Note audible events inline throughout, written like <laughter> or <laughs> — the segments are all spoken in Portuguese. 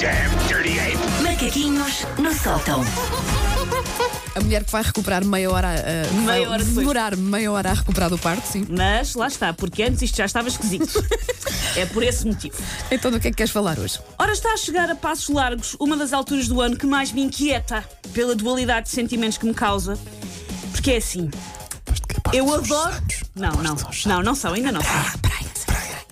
damn dirty ape! Macaquinhos no sótão. A mulher que vai recuperar meia hora, a- a- Meia vai hora depois. demorar meia hora a recuperar do parto, sim. Mas lá está, porque antes isto já estava esquisito. é por esse motivo. Então do que é que queres falar hoje? Ora, está a chegar a passos largos uma das alturas do ano que mais me inquieta pela dualidade de sentimentos que me causa. Porque é assim. Eu adoro. Não, não. Não, não são, ainda não são.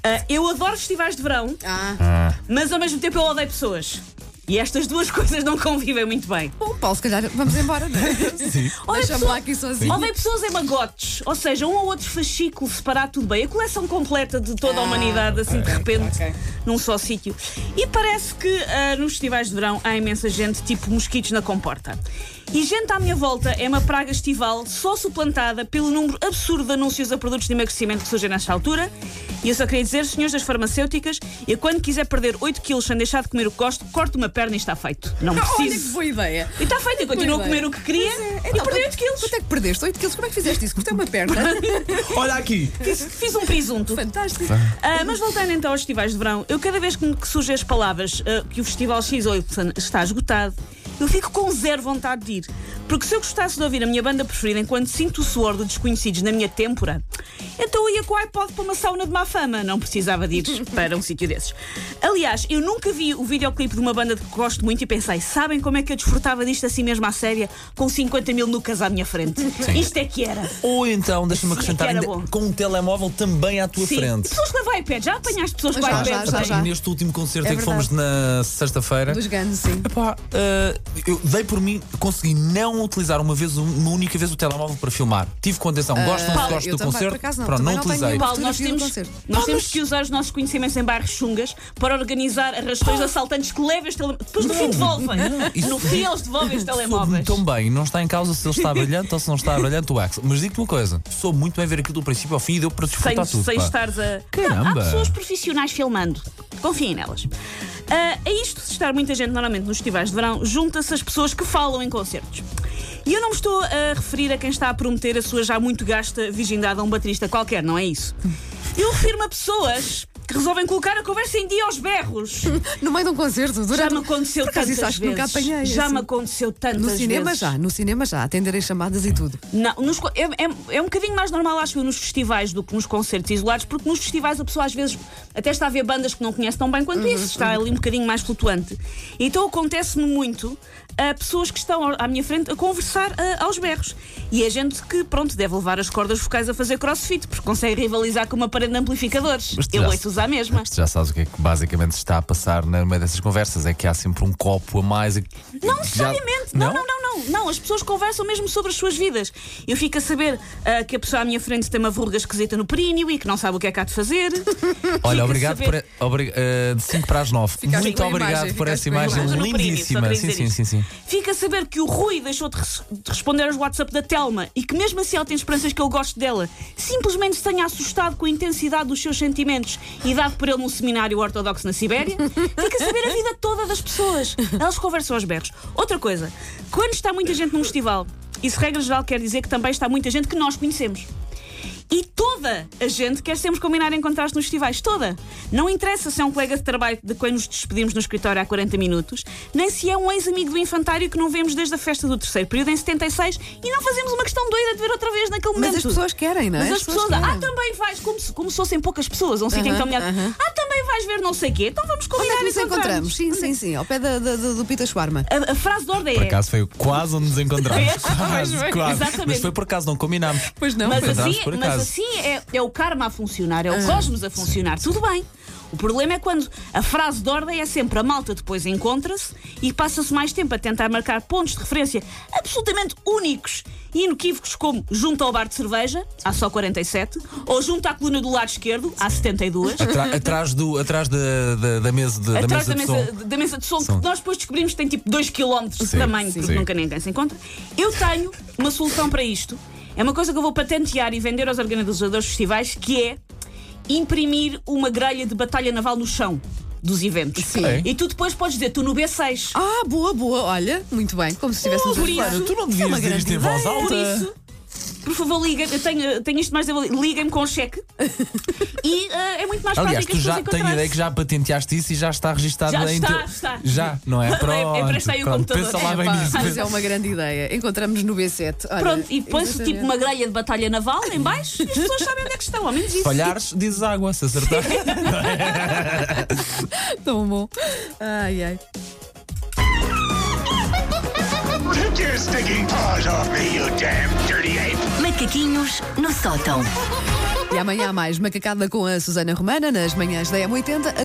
Ah, eu adoro festivais de verão, Ah, mas ao mesmo tempo eu odeio pessoas. E estas duas <laughs> coisas não convivem muito bem. bom, Paulo, se calhar vamos embora, não <laughs> é? Olha, Deixa-me lá aqui sozinho. Odeio pessoas em magotes, ou seja, um ou outro fascículo separado, tudo bem. A coleção completa de Ah, toda a humanidade, assim de repente, num só sítio. E parece que ah, nos festivais de verão há imensa gente, tipo mosquitos na comporta. E gente à minha volta é uma praga estival só suplantada pelo número absurdo de anúncios a produtos de emagrecimento que surgem nesta altura. E eu só queria dizer, senhores das farmacêuticas, eu quando quiser perder 8 quilos sem deixar de comer o que gosto, corto uma perna e está feito. Não Ah, Olha que preciso. boa ideia. E está feito, eu continuo a Pois é. comer o que queria e Então, perdi quanto- 8 quilos. Quanto é que perdeste? 8 quilos? Como é que fizeste isso? Cortei uma <laughs> perna. <laughs> Olha aqui! Fiz, fiz um presunto. Fantástico. Ah, mas voltando então aos festivais de verão, eu cada vez que, me- que surgem as palavras ah, que o Festival X ou Y está esgotado, eu fico com zero vontade de ir. Porque se eu gostasse de ouvir a minha banda preferida enquanto sinto o suor de desconhecidos na minha têmpora, então eu ia com o iPod para uma sauna de má fama. Não precisava de ir para um sítio desses. Aliás, eu nunca vi o videoclipe de uma banda de que gosto muito e pensei, sabem como é que eu desfrutava disto assim mesmo à séria, com 50 mil nucas à minha frente? Isto é que era. Ou então, deixa-me acrescentar, era ainda, bom. com um telemóvel também à tua Sim. frente. Pessoas que levam iPad, já apanhaste pessoas com Já, iPad? Ah, já, já, também? já. Neste último concerto É em que fomos na sexta-feira. Dos Guns, sim. Epá, eh, eu dei por mim, consegui não utilizar uma vez, um, uma única vez o telemóvel para filmar. Tive com atenção, gosto, não Paulo, gosto Ah, eu do também, concerto. por acaso, não. Pronto, Também não não tenho utilizei. nenhuma. Paulo, nós Fotografia do temos, concerto. nós Ah, temos mas- que usar os nossos conhecimentos em bairros chungas para organizar arrastões Ah. de assaltantes que levem este telemóvel. Depois no Não, fim devolvem. não, isso- é- No fim eles devolvem <laughs> os telemóveis. Então bem, não está em causa se <laughs> ele está brilhante ou se não está brilhante o Axel. Mas digo-te uma coisa, sou muito bem ver aquilo do princípio ao fim e deu para Sem, desfrutar Tá tudo. sem pá. estares a. Caramba. Há pessoas profissionais filmando. Confiem nelas. Ah, a isto de estar muita gente normalmente nos festivais de verão, junta-se as pessoas que falam em concertos. E eu não me estou a referir a quem está a prometer a sua já muito gasta virgindade a um baterista qualquer, não é isso? Eu refiro-me a pessoas que resolvem colocar a conversa em dia <laughs> aos berros. No meio de um concerto, Já durante. me aconteceu Por acaso, tantas isso acho que vezes. nunca apanhei. já assim. me aconteceu tantas No cinema vezes. já, no cinema já, atenderem chamadas e tudo. Não, nos co- é, é- é um bocadinho mais normal, acho eu, nos festivais do que nos concertos isolados, porque nos festivais a pessoa às vezes até está a ver bandas que não conhece tão bem quanto isso, está ali um bocadinho mais flutuante. Então acontece-me muito a pessoas que estão ao- à minha frente a conversar ah, aos berros. E a gente que, pronto, deve levar as cordas vocais a fazer crossfit, porque consegue rivalizar com uma parede de amplificadores. Mas tu Eu já- ouço-os à mesma. Tu já sabes o que é que basicamente se está a passar no meio dessas conversas. É que há sempre um copo a mais. e- Não que já- necessariamente. Não, não, não, não, não. As pessoas conversam mesmo sobre as suas vidas. Eu fico a saber ah, que a pessoa à minha frente tem uma verruga esquisita no períneo e que não sabe o que é que há de fazer. Olha, obrigado saber- por. obri- eh, de 5 para as 9. Ficaste Muito com a obrigado imagem, por ficaste essa com a imagem imagem. No períneo, só lindíssima. queria Sim, dizer sim, isto. sim, sim. Fico a saber que o Rui deixou de, res- de responder aos WhatsApp da Telma e que mesmo assim ela tem esperanças que eu goste dela. Simplesmente se tenha assustado com a intensidade dos seus sentimentos e dado por ele num seminário ortodoxo na Sibéria. Fico a saber a vida toda das pessoas. Elas conversam aos berros. Outra coisa, quando está muita gente num festival, isso regra geral quer dizer que também está muita gente que nós conhecemos. E toda a gente quer sempre combinar encontrar-se nos festivais. Toda. Não interessa se é um colega de trabalho de quem nos despedimos no escritório há 40 minutos, nem se é um ex-amigo do infantário que não vemos desde a festa do terceiro período em 76 e não fazemos uma questão doida de ver outra vez naquele momento. Mas as pessoas querem, não é? Mas as pessoas. Ah, querem. também vais. Como se, como se fossem poucas pessoas. Um sítio em que estão Aham, milhares. aham. Ah, também vais ver não sei o quê. Então vamos Onde combinar é que nos e encontramos? Sim, Onde é sim, sim. Ao pé da, da- da- do Pita Schwarma. que- A, a frase de ordem Por é. acaso foi quase onde <laughs> nos encontramos. Pois, quase, pois, quase. exatamente. Mas foi por acaso, não combinámos. Pois não, mas pois não. assim, Entramos por mas acaso. assim é, é o karma a funcionar, é o cosmos a funcionar, tudo bem. O problema é quando a frase de ordem é sempre a malta depois encontra-se e passa-se mais tempo a tentar marcar pontos de referência absolutamente únicos e inequívocos, como junto ao bar de cerveja, há só 47, ou junto à coluna do lado esquerdo, há 72. Atra- atrás do, atrás da, da, da mesa de, da Atrás mesa da de É, mesa, som. da mesa de som, Som. que nós depois descobrimos que tem tipo 2 km de Sim, tamanho, sim. porque Sim. nunca ninguém se encontra. Eu tenho uma solução para isto. É uma coisa que eu vou patentear e vender aos organizadores de festivais, que é imprimir uma grelha de batalha naval no chão dos eventos. Sim. Ok. E tu depois podes dizer, tu no B6. Ah, boa, boa, olha, muito bem, como se estivéssemos Por a falar. é isso- Tu não devias uma dizer isto em grande voz Por alta. isso, por favor, liguem. Eu tenho, tenho isto mais desenvolvido. Liguem-me com o cheque. E ah, é muito mais Aliás, prático tu as pessoas já tenho a encontrarem-se. ideia que já patenteaste isso e já está registado Já em está, teu- está. Já, não é? <laughs> Pronto, É, é, presta aí o pronto, computador. pensa lá bem Epá, nisso. mas um é uma grande ideia. Encontramos no B7. Olha, Pronto, e põe-se tipo exatamente. uma grelha de batalha naval em baixo e as pessoas sabem onde é que estão, ao menos Se isso. falhares, dizes água, se acertar. Tão bom. Ai, ai. Take your stinking paws off me, you damn dirty ape! Macaquinhos no sótão. E amanhã há mais macacada com a Susana Romana nas manhãs da M80.